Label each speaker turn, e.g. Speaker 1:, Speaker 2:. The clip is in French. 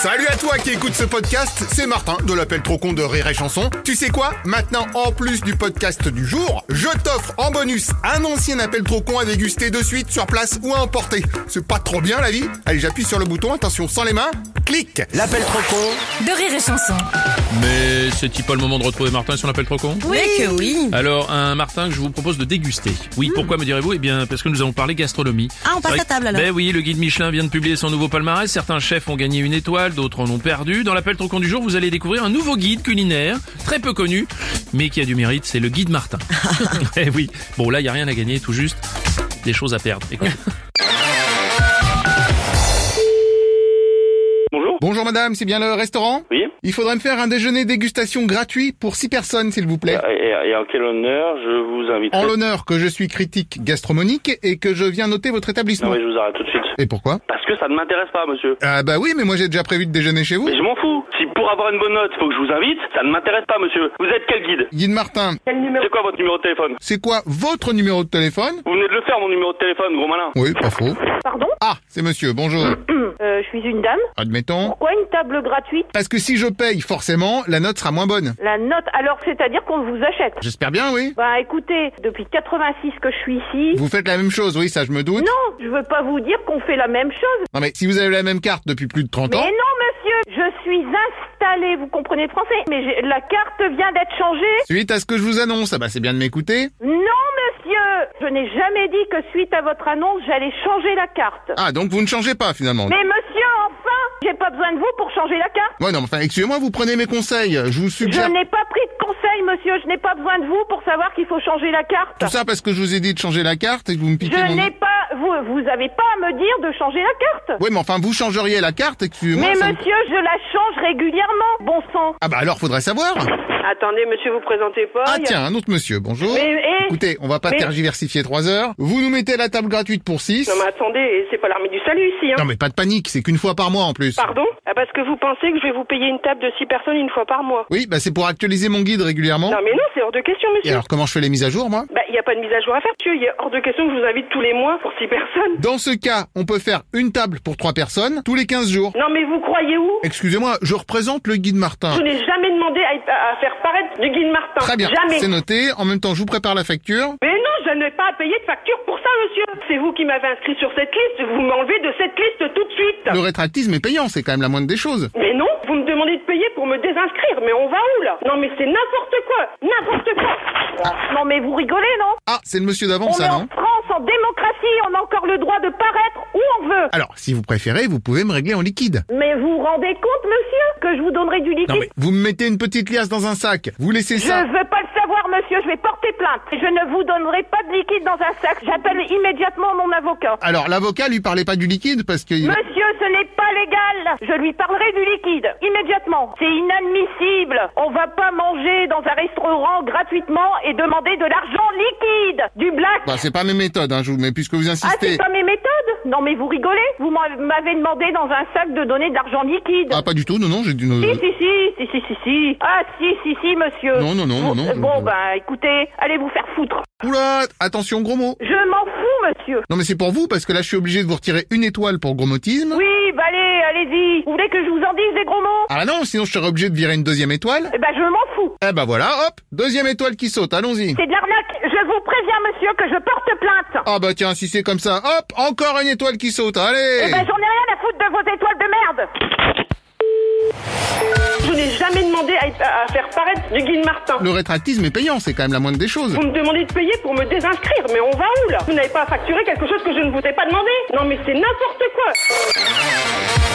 Speaker 1: Salut à toi qui écoute ce podcast, c'est Martin de l'appel trop con de Rire et Chanson. Tu sais quoi Maintenant, en plus du podcast du jour, je t'offre en bonus un ancien appel trop con à déguster de suite sur place ou à emporter. C'est pas trop bien la vie Allez, j'appuie sur le bouton, attention, sans les mains, clique
Speaker 2: L'appel trop con
Speaker 3: de rire et chanson.
Speaker 4: Mais c'est-il pas le moment de retrouver Martin sur l'appel trop con
Speaker 3: Oui, que oui.
Speaker 4: Alors, un Martin que je vous propose de déguster. Oui, pourquoi me direz-vous Eh bien, parce que nous avons parlé gastronomie.
Speaker 3: Mmh. Ah, on passe
Speaker 4: Oui.
Speaker 3: à table, alors.
Speaker 4: Ben oui, le guide Michelin vient de publier son nouveau palmarès. Certains chefs ont gagné une étoile, d'autres en ont perdu. Dans l'appel trop con du jour, vous allez découvrir un nouveau guide culinaire, très peu connu, mais qui a du mérite, c'est le guide Martin. eh oui. Bon, là, il y a rien à gagner, tout juste des choses à perdre. Écoute.
Speaker 5: Bonjour.
Speaker 1: Bonjour madame, c'est bien le restaurant
Speaker 5: Oui.
Speaker 1: Il faudrait me faire un déjeuner dégustation gratuit pour 6 personnes s'il vous plaît.
Speaker 5: Et, et en quel honneur je vous invite
Speaker 1: En l'honneur que je suis critique gastronomique et que je viens noter votre
Speaker 5: Non
Speaker 1: établissement.
Speaker 5: mais Ah je vous arrête tout de suite.
Speaker 1: Et pourquoi
Speaker 5: Parce que ça ne m'intéresse pas, monsieur.
Speaker 1: Ah bah oui, mais moi j'ai déjà prévu de déjeuner chez vous.
Speaker 5: Mais je m'en fous. Si pour avoir une bonne note, faut que je vous invite, ça ne m'intéresse pas, monsieur. Vous êtes quel guide
Speaker 1: Guide Martin,
Speaker 5: C'est quoi votre numéro de téléphone
Speaker 1: c'est quoi votre numéro de téléphone
Speaker 5: Vous venez de le faire, mon numéro de téléphone, gros malin.
Speaker 1: Oui, pas faux.
Speaker 6: Pardon
Speaker 1: Ah, c'est monsieur, bonjour.
Speaker 6: Euh, Je suis une dame.
Speaker 1: Admettons.
Speaker 6: Pourquoi une table gratuite
Speaker 1: Parce que si je paye, forcément, la note sera moins bonne.
Speaker 6: La note, alors c'est-à-dire qu'on vous achète
Speaker 1: J'espère bien, oui.
Speaker 6: Bah écoutez, depuis 86 que je suis ici...
Speaker 1: Vous faites la même chose, oui, ça je me doute.
Speaker 6: Non, je veux pas vous dire qu'on fait la même chose.
Speaker 1: Non, mais si vous avez la même carte depuis plus de 30
Speaker 6: Mais
Speaker 1: ans,
Speaker 6: non, monsieur, je suis installée, vous comprenez le français, mais j'ai- la carte vient d'être changée.
Speaker 1: suite à ce que je vous annonce, ah bah c'est bien de m'écouter.
Speaker 6: Non, monsieur, je n'ai jamais dit que suite à votre annonce, j'allais changer la carte.
Speaker 1: Ah, donc vous ne changez pas finalement.
Speaker 6: Mais monsieur, enfin, j'ai pas besoin de vous pour changer la carte.
Speaker 1: Ouais, non, mais enfin, excusez-moi, vous prenez mes conseils. Je vous
Speaker 6: Je
Speaker 1: suggère
Speaker 6: n'ai pas pris de conseil, monsieur, je n'ai pas besoin de vous pour savoir qu'il faut changer la carte.
Speaker 1: tout ça parce que je vous ai dit de changer la carte et que vous me piquez
Speaker 6: Je
Speaker 1: mon...
Speaker 6: n'ai pas, vous, vous avez pas à me dire de changer la carte.
Speaker 1: Oui, mais enfin, vous changeriez la carte, excusez-moi.
Speaker 6: Mais
Speaker 1: ça me-
Speaker 6: monsieur, je la change régulièrement. Bon sang.
Speaker 1: Ah bah alors, faudrait savoir.
Speaker 6: Oh,
Speaker 7: Attendez, monsieur, vous présentez pas.
Speaker 1: Ah
Speaker 7: il y a-
Speaker 1: tiens, un autre monsieur, bonjour.
Speaker 6: Mais, eh,
Speaker 1: Écoutez, on va pas
Speaker 6: mais-
Speaker 1: tergiversifier 3 heures. Vous nous mettez la table gratuite pour 6.
Speaker 7: Non, mais attendez, c'est pas l'armée du salut ici. Hein.
Speaker 1: Non, mais pas de panique, c'est qu'une fois par mois en plus.
Speaker 7: Pardon ah, Parce que vous pensez que je vais vous payer une table de six personnes une fois par mois
Speaker 1: Oui, bah c'est pour actualiser mon guide régulièrement.
Speaker 7: Non, mais non, c'est hors de question,
Speaker 1: Et
Speaker 7: monsieur.
Speaker 1: alors, comment je fais les mises à jour, moi
Speaker 7: Bah, il n'y a pas de mise à jour à faire, monsieur. Il est hors de question que je vous invite tous les mois pour six personnes.
Speaker 1: Dans ce cas, on peut faire une table pour trois personnes tous les 15 jours.
Speaker 7: Non, mais vous croyez où
Speaker 1: Excusez-moi, je représente le guide Martin.
Speaker 7: Je n'ai jamais demandé à, à faire paraître du Guy Martin.
Speaker 1: Très bien,
Speaker 7: Jamais.
Speaker 1: c'est noté. En même temps, je vous prépare la facture.
Speaker 7: Mais non, je n'ai pas à payer de facture pour ça, monsieur. C'est vous qui m'avez inscrit sur cette liste. Vous m'enlevez de cette liste tout de suite.
Speaker 1: Le rétractisme est payant, c'est quand même la moindre des choses.
Speaker 7: Mais non, vous me demandez de payer pour me désinscrire. Mais on va où, là Non, mais c'est n'importe quoi. N'importe quoi.
Speaker 6: Ah, Non mais vous rigolez, non
Speaker 1: Ah, c'est le monsieur
Speaker 7: Oh
Speaker 1: d'avant,
Speaker 6: On est
Speaker 1: ça,
Speaker 6: en
Speaker 1: non
Speaker 6: France, en démocratie, on a encore le droit de paraître où on veut.
Speaker 1: Alors, si vous préférez, vous pouvez me régler en liquide.
Speaker 6: Mais vous vous rendez compte, monsieur, que je vous donnerai du liquide
Speaker 1: Non mais, vous me mettez une petite liasse dans un sac, vous laissez
Speaker 6: Je
Speaker 1: ça.
Speaker 6: veux pas le savoir, monsieur, je vais porter plainte. Je ne vous donnerai pas de liquide dans un sac. J'appelle immédiatement mon avocat.
Speaker 1: Alors, l'avocat lui parlait pas du liquide parce que... il-
Speaker 6: Monsieur, ce n'est pas légal. Je lui parlerai du liquide immédiatement. C'est inadmissible. On va pas manger dans un restaurant gratuitement et demander de l'argent liquide, du black.
Speaker 1: Bah, c'est pas mes méthodes, hein, je vous... mais puisque vous
Speaker 6: ah, c'est
Speaker 1: insistez...
Speaker 6: pas mes méthodes Non, mais vous rigolez Vous m'en- m'avez demandé dans un sac de donner de l'argent liquide.
Speaker 1: Ah, pas du tout, non, non, j'ai dit... non,
Speaker 6: Si, si, si, si, si, si, si. Ah, si, si, si, monsieur.
Speaker 1: Non, non, non, non,
Speaker 6: Vous-
Speaker 1: non, je-
Speaker 6: Bon, ben, écoutez, allez vous faire foutre.
Speaker 1: Oula, attention, gros mot
Speaker 6: Je m'en fous, monsieur.
Speaker 1: Non mais c'est pour vous, parce que là, je suis obligé de vous retirer une étoile pour gros motisme.
Speaker 6: Oui, bah allez, allez-y. Vous voulez que je vous en dise des gros mots
Speaker 1: Ah non, sinon je serais obligé de virer une deuxième étoile.
Speaker 6: Eh ben, je m'en fous.
Speaker 1: Eh ben voilà, hop, deuxième étoile qui saute, allons-y.
Speaker 6: C'est de l'arnaque. Je vous préviens, monsieur, que je porte plainte.
Speaker 1: Ah bah tiens, si c'est comme ça, hop, encore une étoile qui saute,
Speaker 6: Eh
Speaker 1: allez
Speaker 6: ben, j'en ai rien à foutre de vos étoiles de merde.
Speaker 7: Je n'ai jamais demandé à, à faire paraître du Guy Martin.
Speaker 1: Le rétractisme est payant, c'est quand même la moindre des choses.
Speaker 7: Vous me demandez de payer pour me désinscrire, mais on va où là Vous n'avez pas à facturer quelque chose que je ne vous ai pas demandé Non mais c'est n'importe quoi